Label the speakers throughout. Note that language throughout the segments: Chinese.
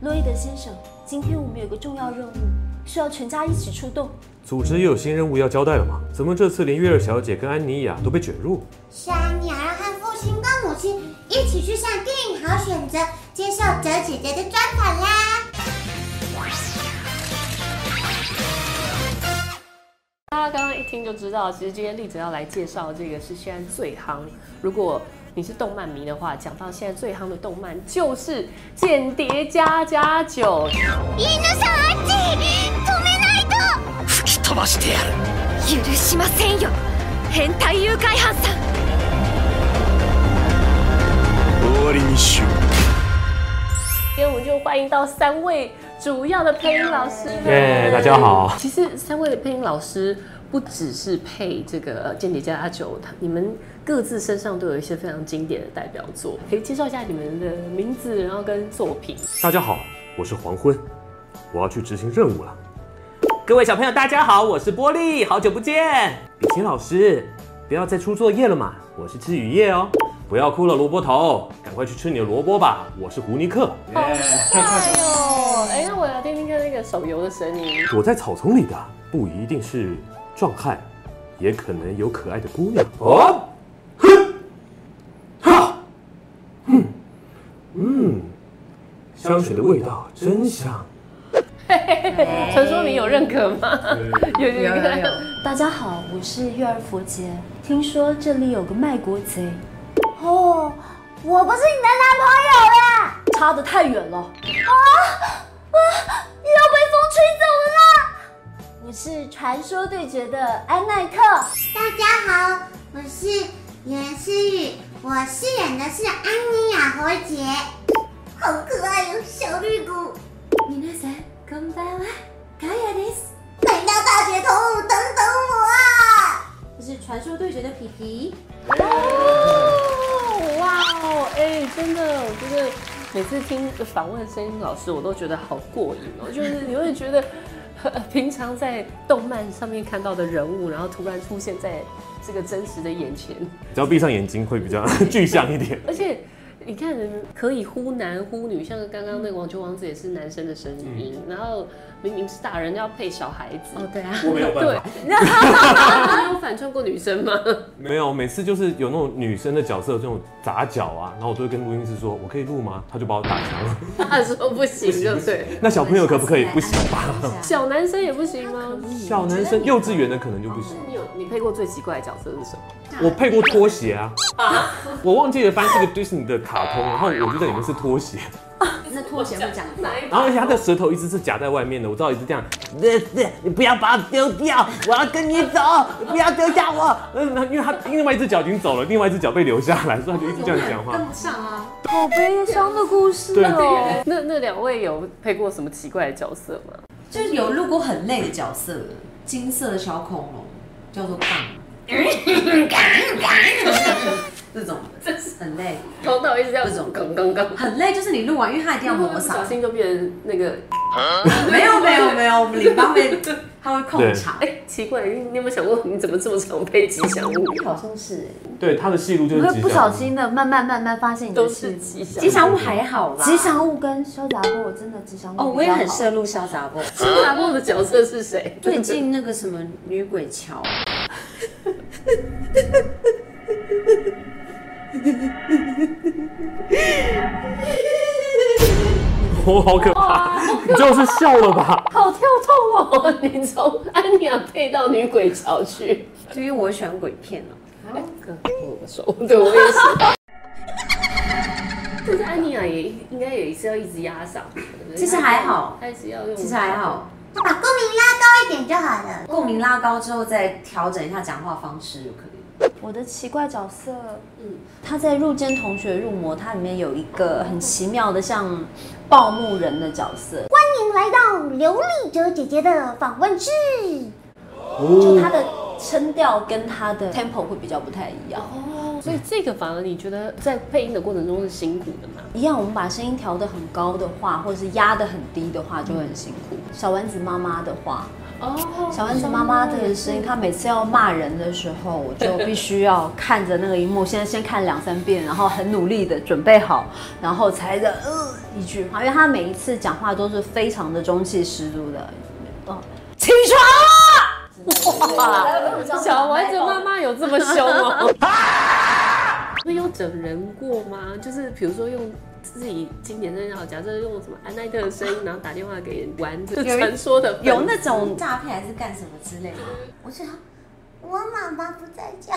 Speaker 1: 洛伊德先生，今天我们有个重要任务，需要全家一起出动。
Speaker 2: 组织又有新任务要交代了吗？怎么这次连月儿小姐跟安妮亚都被卷入？
Speaker 3: 是啊，你还要和父亲跟母亲一起去上电影好选择，接受哲姐姐的专访啦。
Speaker 4: 大家刚刚一听就知道，其实今天丽子要来介绍这个是现在最夯。如果你是动漫迷的话，讲到现在最夯的动漫就是《间谍加加九》。
Speaker 5: 犬さんあっち止めないと
Speaker 6: 吹き飛ばしてやる
Speaker 5: 許しませんよ変態誘拐犯さん
Speaker 6: 終わりにしよう
Speaker 4: 今天我们就欢迎到三位主要的配音老师们。
Speaker 2: 耶大家好
Speaker 4: 其实三位的配音老师不只是配这个呃《间谍加加九》，他你们各自身上都有一些非常经典的代表作，可以介绍一下你们的名字，然后跟作品。
Speaker 2: 大家好，我是黄昏，我要去执行任务了。
Speaker 7: 各位小朋友，大家好，我是玻璃，好久不见。
Speaker 2: 比心老师，不要再出作业了嘛，我是吃雨夜哦。不要哭了，萝卜头，赶快去吃你的萝卜吧。我是胡尼克，
Speaker 4: 哎呦，哎，那我来听听看那个手游的声音。
Speaker 2: 躲在草丛里的不一定是壮汉，也可能有可爱的姑娘哦。哼，哈，嗯嗯，香水的味道真香。
Speaker 4: 传说你有认可吗？有有有。
Speaker 1: 大家好，我是月儿佛杰。听说这里有个卖国贼，
Speaker 3: 哦，我不是你的男朋友啦！
Speaker 1: 差得太远了。啊
Speaker 3: 你又被风吹走了。我是传说对决的安奈克。大家好，我是袁思雨，我饰演的是安妮亚活结。好可爱哟、小绿谷。
Speaker 1: 皆さんこんばんは、ガヤです。
Speaker 3: 美到大姐头，等等我啊！
Speaker 1: 我是传说对决的皮皮。
Speaker 4: 哦，哇哦，哎，真的就是每次听呃访问声音老师，我都觉得好过瘾哦，就是你会觉得。呵平常在动漫上面看到的人物，然后突然出现在这个真实的眼前，
Speaker 2: 只要闭上眼睛会比较 具象一点。
Speaker 4: 而且你看嗯可以呼男呼女，像刚刚那个网球王子也是男生的声音，然后明明是大人要配小孩 子，
Speaker 1: 哦，对啊，
Speaker 2: 我没有
Speaker 4: 对，你有反串过女生 吗？
Speaker 2: 没有，每次就是有那种女生的角色，这种杂角啊，然后我都会跟录音师说，我可以录吗？他就把我打墙了。
Speaker 4: 他说不行，就对。
Speaker 2: 那小朋友可不可以？不行吧？
Speaker 4: 小男生也不行吗？
Speaker 2: 小男生幼稚园的可能就不行。
Speaker 4: 你有你配过最奇怪的角色是什么？
Speaker 2: 我配过拖鞋啊，我忘记了翻这个迪士尼的卡通，然后我就在里面是拖鞋，
Speaker 1: 那拖鞋会讲话。
Speaker 2: 然后而且他的舌头一直是夹在外面的，我知道一直这样，
Speaker 7: 这这，你不要把我丢掉，我要跟你走，不要丢下我。
Speaker 2: 嗯，因为他另外一只脚已经走了，另外一只脚被留下来，所以他就一直这样讲话。
Speaker 8: 啊
Speaker 1: 好悲伤的故事
Speaker 2: 对
Speaker 1: 哦。
Speaker 4: 那那两位有配过什么奇怪的角色吗？
Speaker 8: 就是有录过很累的角色，金色的小恐龙叫做杠，这种的很累，
Speaker 4: 头脑一直要
Speaker 8: 这种
Speaker 4: 刚刚刚，
Speaker 8: 很累，就是你录完，因为它一定要
Speaker 4: 会不会
Speaker 8: 磨
Speaker 4: 不小
Speaker 8: 嗓。
Speaker 4: 心就变成那个？
Speaker 8: 没有没有没有，我们领班会他会控场，
Speaker 4: 哎、奇怪，你你有没有想过你怎么这么常配吉祥物？
Speaker 1: 好像是
Speaker 2: 对，他的戏路就
Speaker 1: 哎，
Speaker 2: 是
Speaker 1: 你
Speaker 2: 吉
Speaker 1: 会不小
Speaker 2: 祥物。
Speaker 1: 心的慢慢慢慢发现你的
Speaker 4: 都
Speaker 1: 事
Speaker 4: 是
Speaker 1: 情。
Speaker 4: 吉祥
Speaker 8: 吉祥物还好啦。
Speaker 1: 吉祥物跟小杂货真的吉祥物
Speaker 9: 哦，我也很
Speaker 1: 深。
Speaker 9: 涉入潇洒过。
Speaker 4: 物。大部的角色是谁？
Speaker 9: 最近那个什么女鬼桥，
Speaker 2: 我好可怕，你就是笑了吧？
Speaker 4: 好跳痛哦！ 你从安妮亚配到女鬼桥去，
Speaker 9: 就因为我喜欢鬼片哦。
Speaker 4: 我手，对我也是。但是安妮亚也应该也是要一直压嗓，对不对
Speaker 9: 其实还好
Speaker 4: 她一直要用，
Speaker 9: 其实还好，
Speaker 3: 把共鸣拉高一点就好了。
Speaker 9: 共鸣拉高之后再调整一下讲话方式就可以了。
Speaker 1: 我的奇怪角色，嗯，他在《入间同学入魔》它里面有一个很奇妙的像报幕人的角色，
Speaker 3: 欢迎来到琉璃哲姐姐的访问室。
Speaker 1: 就他的声调跟他的 tempo 会比较不太一样。
Speaker 4: 所以这个反而你觉得在配音的过程中是辛苦的吗？
Speaker 1: 一样，我们把声音调得很高的话，或者是压得很低的话，就会很辛苦。小丸子妈妈的话，
Speaker 4: 哦，
Speaker 1: 小丸子妈妈的声音，她每次要骂人的时候，我就必须要看着那个荧幕，先先看两三遍，然后很努力的准备好，然后才的呃一句话，因为她每一次讲话都是非常的中气十足的。哦，起 床啊！
Speaker 4: 小丸子妈妈有这么凶 哦？那有整人过吗？就是比如说用自己经典声音，好，假设用什么安奈特的声音，然后打电话给丸子，
Speaker 8: 有一
Speaker 4: 传说的粉丝
Speaker 1: 有那种
Speaker 8: 诈骗还是干什么之类的。
Speaker 3: 我想我妈妈不在家，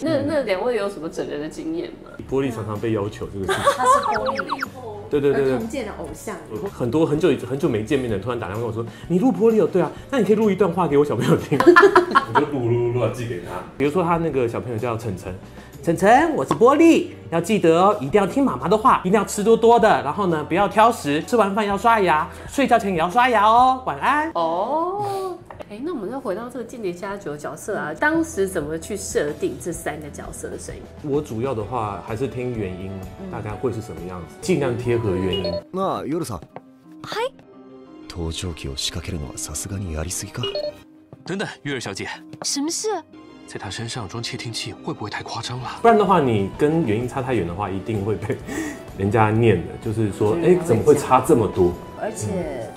Speaker 4: 那那两位有什么整人的经验吗？
Speaker 2: 玻璃常常被要求这个事情。
Speaker 9: 他是玻璃，
Speaker 2: 对对对
Speaker 9: 儿
Speaker 2: 对
Speaker 9: 童，界的偶像。
Speaker 2: 我很多很久以很久没见面的人突然打电话跟我说：“你录玻璃哦，对啊，那你可以录一段话给我小朋友 听。”我就录录录录，寄给他。比如说他那个小朋友叫晨晨，晨晨，我是玻璃，要记得哦，一定要听妈妈的话，一定要吃多多的，然后呢，不要挑食，吃完饭要刷牙，睡觉前也要刷牙哦，晚安。
Speaker 4: 哦，哎，那我们再回到这个间谍家族的角色啊，当时怎么去设定这三个角色的声音？
Speaker 2: 我主要的话还是听原因，
Speaker 9: 嗯
Speaker 2: 大概会是什么样子，尽量贴合原音。
Speaker 6: なあ夜さん
Speaker 5: はい
Speaker 6: 盗聴器を仕掛けるのはさすがにやりすぎか
Speaker 10: 等等，月儿小姐，
Speaker 5: 什么事？
Speaker 10: 在她身上装窃听器会不会太夸张了？
Speaker 2: 不然的话，你跟原因差太远的话，一定会被 人家念的，就是说，哎、怎么会差这么多？
Speaker 1: 而且，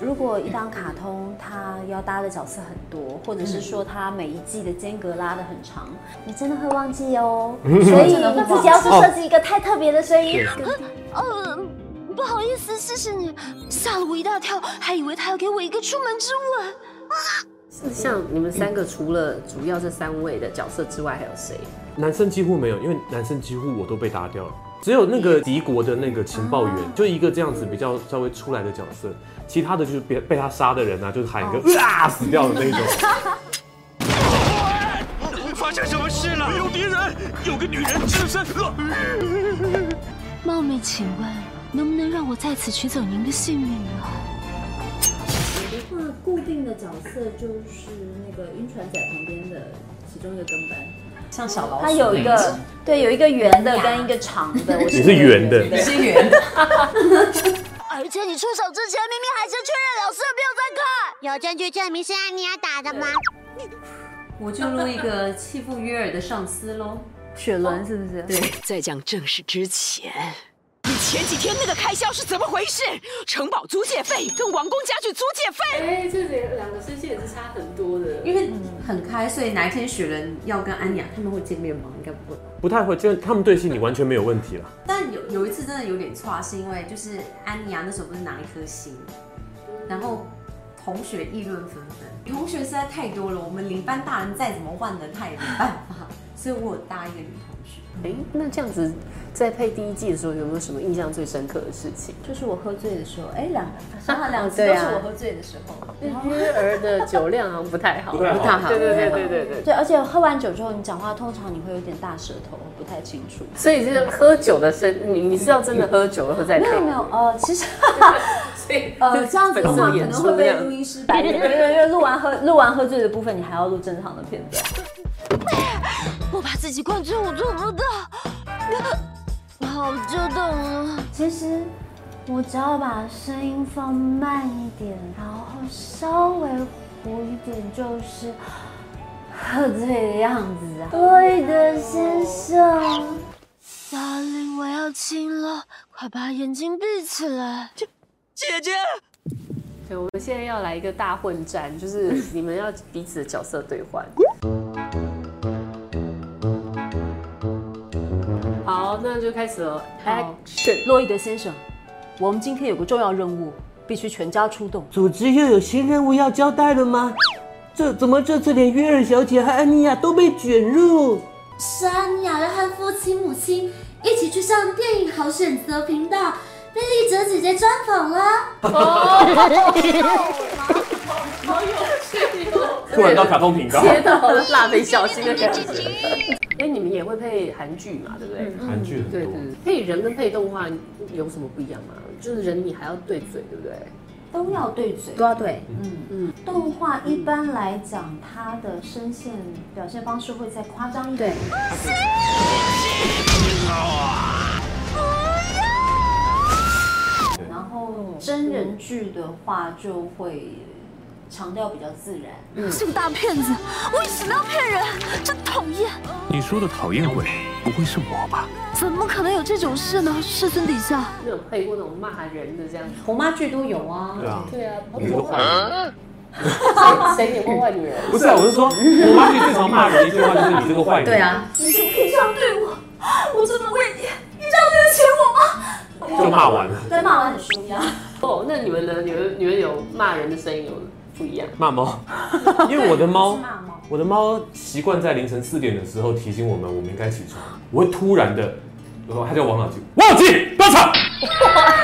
Speaker 1: 如果一档卡通它要搭的角色很多，或者
Speaker 2: 嗯
Speaker 1: 是说它每一季的间隔拉得很长，你真的会忘记哦。
Speaker 2: 嗯
Speaker 1: 所以自己要是设计一个太特别的声音，
Speaker 5: 呃，不好意思，谢谢你，吓了我一大跳，还以为他要给我一个出门之啊吻。
Speaker 4: 像你们三个，除了主要这三位的角色之外，还有谁？
Speaker 2: 男生几乎没有，因为男生几乎我都被打掉了，只有那个敌国的那个情报员，就一个这样子比较稍微出来的角色，其他的就是被被他杀的人啊，就是喊一个啊、死掉的那 种。
Speaker 6: 发生什么事了？有敌人，有个女人赤身。
Speaker 5: 冒昧请问，能不能让我在此取走您的性命啊？
Speaker 1: 那固定的角色就是那个晕船仔旁边的其中一个跟班，
Speaker 8: 像小老鼠，
Speaker 1: 它有一个对有一个圆的跟一个长的， 我
Speaker 2: 你是圆的，
Speaker 8: 是圆 的，
Speaker 5: 而且你出手之前明明还先确认老师的没有在看。
Speaker 3: 有证据证明是安妮亚打的吗？
Speaker 8: 我就录一个欺负约尔的上司喽。
Speaker 1: 雪伦是不是？对，
Speaker 11: 在讲正事之前，你前几天那个开销是怎么回事？城堡租借费跟王宫家具租借费，
Speaker 4: 哎，这两个声线也是差很多的。
Speaker 8: 因为很开，所以哪一天雪人要跟安雅他们会见面吗？应该不会。
Speaker 2: 不太会，就是他们对戏你完全没有问题了。
Speaker 8: 但有有一次真的有点差，是因为就是安妮亚那时候不是拿一颗星，然后同学议论纷纷，同学实在太多了，我们领班大人再怎么万能，他也没办法，所以我有搭一个女同学。
Speaker 4: 哎，那这样子，在配第一季的时候，有没有什么印象最深刻的事情？
Speaker 1: 就是我喝醉的时候，哎，两个
Speaker 8: 然后两次
Speaker 4: 对
Speaker 8: 都
Speaker 4: 啊
Speaker 8: 是我喝醉的时候，
Speaker 4: 约儿的酒量好像不太好，
Speaker 2: 不太好
Speaker 4: 对对对对对对。
Speaker 1: 对，而且喝完酒之后，你讲话通常你会有点大舌头，不太清楚。
Speaker 4: 所以就是喝酒的声，你你是要真的喝酒了再配
Speaker 1: 没有没有，呃，其实 呃这样子的话，可能会被录音师白眼，因为因为录完喝录完喝醉的部分，你还要录正常的片段。
Speaker 5: 我把自己灌醉，我做不到，好折腾啊！
Speaker 3: 其实我只要把声音放慢一点，然后稍微糊一点，就是 喝醉的样子啊。对的，先生。
Speaker 5: Darling，我要亲了，快把眼睛闭起来。
Speaker 11: 姐姐。
Speaker 4: 对，我们现在要来一个大混战， 就是你们要彼此的角色兑换。好，那就开始了。Action！
Speaker 1: 洛伊德先生，我们今天有个重要任务，必须全家出动。
Speaker 7: 组织又有新任务要交代了吗？这怎么这次连约尔小姐和安妮亚都被卷入？
Speaker 3: 是安妮啊亚要和父亲、母亲一起去上电影好选择频道，被丽哲姐姐专访了。
Speaker 2: 突然到卡通频道，
Speaker 4: 接到了蜡笔小新的感觉。哎，你们也会配韩剧嘛？对不
Speaker 1: 嗯
Speaker 4: 对？
Speaker 2: 韩剧很
Speaker 4: 对对
Speaker 2: 多。
Speaker 4: 对，配人跟配动画有什么不一样吗？就是人你还要对嘴，对不对？
Speaker 1: 都要对嘴，
Speaker 8: 啊
Speaker 9: 都要对，
Speaker 1: 嗯嗯。动画一般来讲，它的声线表现方式会再夸张一点。然后真人剧的话，就会强调比较自然。
Speaker 5: 是个大骗子，为什么要骗人？真讨厌！
Speaker 10: 你说的讨厌鬼，不会是我吧？
Speaker 5: 怎么可能有这种事呢？世尊底下，
Speaker 4: 那种配过那种骂人的这样子，
Speaker 9: 红妈剧都有啊。
Speaker 2: 对啊
Speaker 4: 对啊，
Speaker 2: 女的坏人
Speaker 1: 啊
Speaker 4: 谁谁也会坏女人？
Speaker 2: 不是啊，我是说，我妈最常骂人一句话就是你这个坏人。
Speaker 9: 对，啊，
Speaker 5: 你就可以这样对我，我真的为你，你这样对得起我吗？
Speaker 2: 就骂完了，
Speaker 1: 但骂完很舒压。
Speaker 4: 哦，那你们呢？你们你们有骂人的声音有不一 样？
Speaker 2: 骂猫，因为我的猫
Speaker 8: 是。骂猫，
Speaker 2: 我的猫习惯在凌晨四点的时候提醒我们，我们应该起床。我会突然的，然后它叫王老吉，嗯王老吉，不要吵！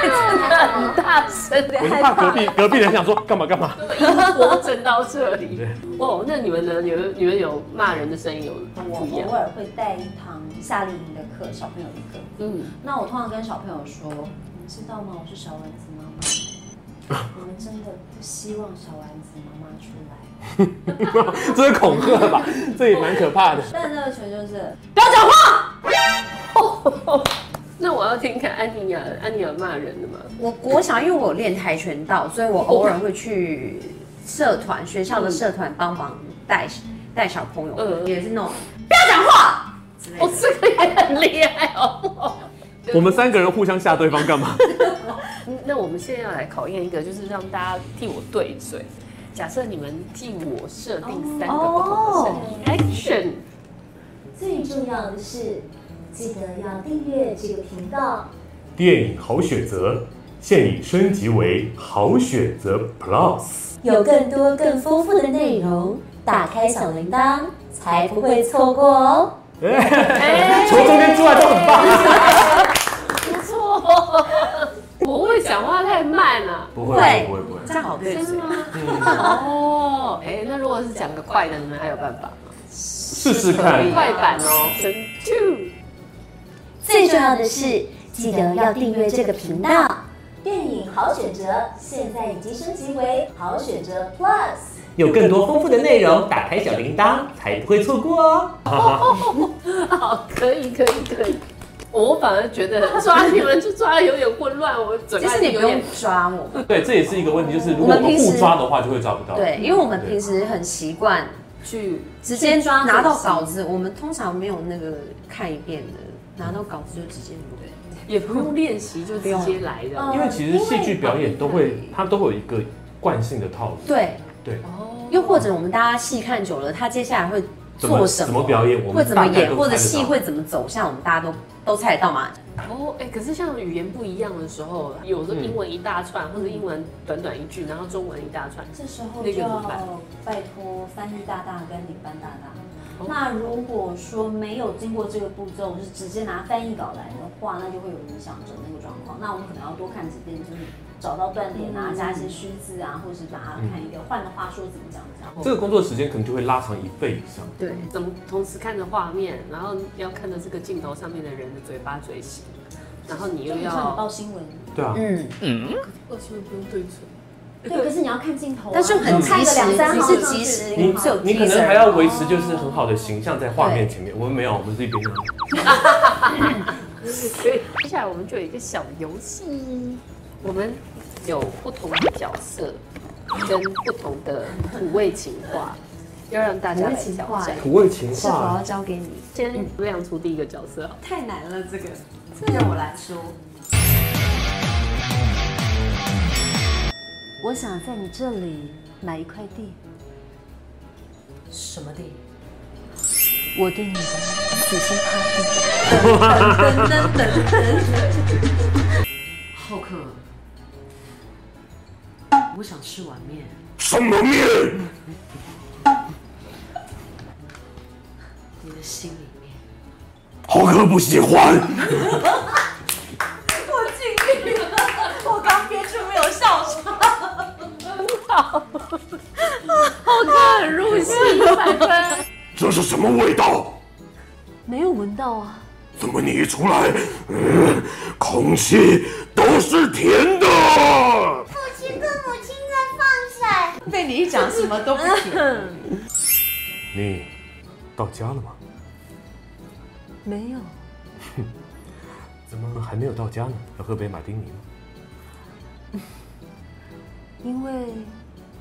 Speaker 4: 很大声的，
Speaker 2: 我就怕隔壁隔壁人想说干嘛干嘛。
Speaker 4: 我整到这里
Speaker 2: 对。
Speaker 4: 哦，那你们呢？你们你们有骂人的声音有
Speaker 1: 我
Speaker 4: 不一样
Speaker 1: 偶？尔会带一堂夏令营的课，小朋友的课。
Speaker 4: 嗯，
Speaker 1: 那我通常跟小朋友说，你们知道吗？我是小丸子妈妈。我们真的不希望小丸子妈妈出来。
Speaker 2: 这是恐吓吧？这也蛮可怕的。
Speaker 1: 但那个球就是
Speaker 4: 那我要听看安妮亚，安妮亚骂人的吗？
Speaker 9: 我国小因为我有练跆拳道，所以我偶尔会去社团、学
Speaker 8: 嗯
Speaker 9: 校的社团帮忙带带小朋友，
Speaker 4: 嗯
Speaker 9: 也是那种不要讲话。
Speaker 4: 哦，这个也很厉害，哦好不好？
Speaker 2: 我们三个人互相吓对方干嘛？
Speaker 4: 嗯 那我们现在要来考验一个，就是让大家替我对嘴。假设你们替我设定三个不同的声音、a c t i o n
Speaker 3: 最重要的是，记得要订阅这个频道。
Speaker 2: 电影《好选择》现已升级为《好选择 Plus》。
Speaker 3: 有更多更丰富的内容，打开小铃铛才不会错过哦。
Speaker 2: 从中间出来都很棒。
Speaker 4: 哎 不错，我会讲话太慢了、啊
Speaker 2: 不
Speaker 9: 会
Speaker 2: 不会不会，
Speaker 9: 这样好对嘴。
Speaker 4: 哦，哎、那如果是讲个快的，你们还有办法吗？
Speaker 2: 试试看。
Speaker 4: 快板哦，真 two。
Speaker 3: 最重要的是，记得要订阅这个频道。电影《好选择》现在已经升级为《好选择 Plus》。
Speaker 7: 有更多丰富的内容，打开小铃铛才不会错过哦。
Speaker 4: 好，可以，可以，可以。我反而觉 得抓你们就抓的有点混乱，我嘴
Speaker 9: 其
Speaker 4: 巴
Speaker 9: 实
Speaker 4: 已经
Speaker 9: 你
Speaker 4: 有
Speaker 9: 不用
Speaker 4: 点
Speaker 9: 抓我，
Speaker 2: 对，这也是一个问题，就是如果我们互抓的话，就会抓不到。
Speaker 9: 对，因为我们平时很习惯
Speaker 4: 去
Speaker 9: 直接
Speaker 4: 抓
Speaker 9: 拿到
Speaker 4: 准
Speaker 9: 稿子，我们通常没有那个看一遍的，拿到稿子就直接录。
Speaker 4: 也不用练习，就直接来的。
Speaker 2: 因为其实戏剧表演都会，它都会有一个惯性的套路。
Speaker 9: 对，
Speaker 2: 对，
Speaker 9: 又或者我们大家戏看久了，他接下来会做什
Speaker 2: 怎么表演我们
Speaker 9: 会怎么
Speaker 2: 大概都
Speaker 9: 演，或者
Speaker 2: 猜得到
Speaker 9: 戏会怎么走向，我们大家都都猜得到嘛？
Speaker 4: 哦，哎、可是像语言不一样的时候，有时候英文一大串，或者英文短短一句，然后中文一大串，
Speaker 1: 这时候
Speaker 4: 那
Speaker 1: 就
Speaker 4: 个怎么办
Speaker 1: 要拜托翻译大大跟领班大大。
Speaker 4: 哦
Speaker 1: 那如果说没有经过这个步骤，就是直接拿翻译稿来的话，那就会有影响整那个状况。那我们可能要多看几遍，就是找到断点
Speaker 4: 嗯
Speaker 1: 啊，加一些虚字啊，或者是把它看一个换个话说怎么讲这样。
Speaker 2: 这个工作时间可能就会拉长一倍以上。
Speaker 9: 对，
Speaker 4: 怎么同时看着画面，然后要看着这个镜头上面的人的嘴巴嘴型，然后你
Speaker 1: 就
Speaker 4: 又
Speaker 1: 很像你
Speaker 4: 要
Speaker 1: 报新闻，
Speaker 2: 对啊，
Speaker 9: 嗯，
Speaker 4: 二十分不用对准，
Speaker 1: 对，可是你要看镜头啊，
Speaker 9: 但是很及
Speaker 1: 看个
Speaker 9: 时
Speaker 1: 两三，
Speaker 9: 你
Speaker 1: 行
Speaker 9: 是及时，
Speaker 2: 你
Speaker 9: 你是有
Speaker 2: 你
Speaker 9: teaser 哦
Speaker 2: 可能还要维持就是很好的形象在画面前面。我们没有，我们是一边
Speaker 4: 所以接下来我们就有一个小游戏，我们有不同的角色跟不同的土味情话，要让大家来挑战。
Speaker 2: 土味情
Speaker 9: 是否要。交给你？
Speaker 12: 嗯
Speaker 4: 先亮出第一个角色好，
Speaker 8: 太难了，这个，这让我来说，
Speaker 1: 我想在你这里买一块地，
Speaker 8: 什么电影？
Speaker 1: 我对你的死心塌地。
Speaker 8: 浩克，我想吃碗面。
Speaker 2: 什么面？
Speaker 8: 你的心里面，
Speaker 2: 豪哥不喜欢。
Speaker 8: 我刚憋住没有笑出来。
Speaker 4: 很入戏，百分。
Speaker 2: 这是什么味道？
Speaker 1: 没有闻到啊，
Speaker 2: 怎么你一出来，嗯，空气都是甜的？
Speaker 3: 父亲跟母亲
Speaker 1: 一讲什么都不 甜。
Speaker 2: 你到家了吗？
Speaker 12: 没有，
Speaker 2: 怎么还没有到家呢？要喝杯马丁尼吗？
Speaker 12: 因为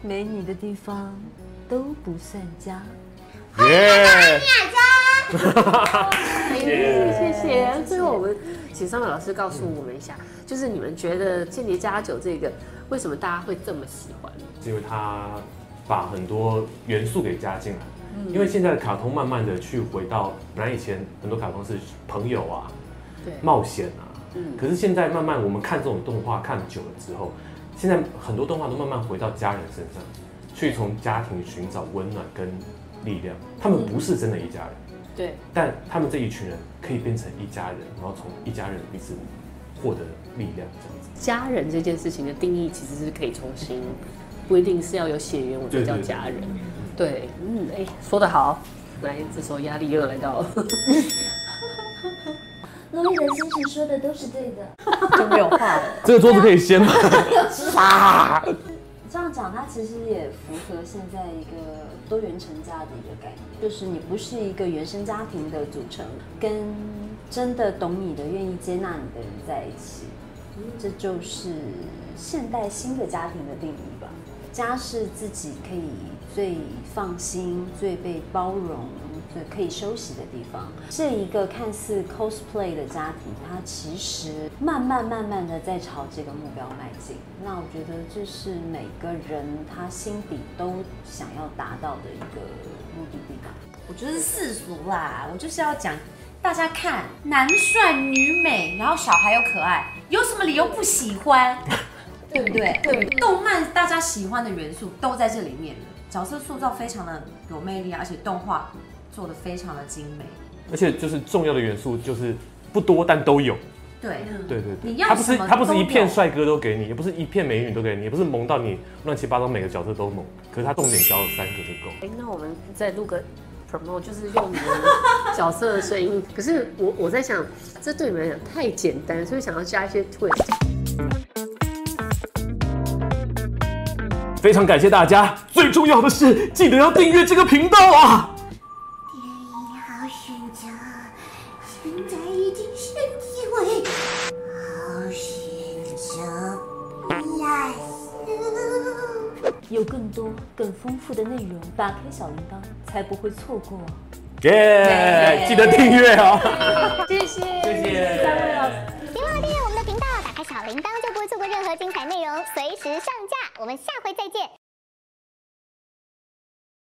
Speaker 12: 没你的地方都不算家。
Speaker 2: 耶！
Speaker 4: 谢谢。最后我们请三位老师告诉我们一下，就是你们觉得《间谍加酒》这个为什么大家会这么喜欢？
Speaker 2: 是因为它把很多元素给加进来。
Speaker 4: 嗯
Speaker 2: 因为现在的卡通慢慢的去回到，本来以前很多卡通是朋友啊、
Speaker 4: 对
Speaker 2: 冒险啊，
Speaker 4: 嗯
Speaker 2: 可是现在慢慢我们看这种动画看久了之后，现在很多动画都慢慢回到家人身上，去从家庭寻找温暖跟力量。他们不是真的一家人，
Speaker 4: 嗯对，
Speaker 2: 但他们这一群人可以变成一家人，然后从一家人彼此获得力量这样子。
Speaker 4: 家人这件事情的定义其实是可以重新，不一定是要有血缘，我就叫家人。对，嗯，哎，说得好。来，这时候压力又来到了，
Speaker 3: 努力的先生说的都是对的。
Speaker 1: 就没有话了。
Speaker 2: 这个桌子可以掀吗？
Speaker 1: 这样讲，它其实也符合现在一个多元成家的一个概念，就是你不是一个原生家庭的组成，跟真的懂你的、愿意接纳你的人在一起，这就是现代新的家庭的定义吧。家是自己可以最放心、最被包容、最可以休息的地方。这一个看似 cosplay 的家庭，它其实慢慢慢慢的在朝这个目标迈进。那我觉得这是每个人他心底都想要达到的一个目的地吧。
Speaker 9: 我觉得是世俗啦，我就是要讲，大家看，男帅女美，然后小孩又可爱，有什么理由不喜 欢？对不对？对，动漫大家喜欢的元素都在这里面，角色塑造非常的有魅力啊，而且动画做的非常的精美。
Speaker 2: 而且就是重要的元素就是不多，但都有。
Speaker 9: 对，
Speaker 8: 嗯
Speaker 2: 对对对，
Speaker 9: 你要
Speaker 2: 他不是
Speaker 9: 什么
Speaker 2: 他不是
Speaker 9: 都
Speaker 2: 一片
Speaker 9: 有
Speaker 2: 帅哥都给你，也不是一片美女都给你，也不是萌到你乱七八糟每个角色都萌，可是他重点只要有三个就够。
Speaker 4: 哎，那我们 再录个 promo，就是用你们 角色的声音。可是我我在想，这对你们来讲太简单，所以想要加一些 twist。
Speaker 2: 非常感谢大家，最重要的是记得要订阅这个频道啊！
Speaker 3: 电影好选择，现在已经选机会，好选择来有更多、更丰富的内容，打开小铃铛才不会错过。
Speaker 2: 耶，记得订阅啊！
Speaker 3: 谢谢，谢
Speaker 2: 谢
Speaker 3: 三位老师。
Speaker 13: 别忘了订阅我们的频道，打开小铃铛就不会错过任何精彩内容，随时上架。我们下回再见。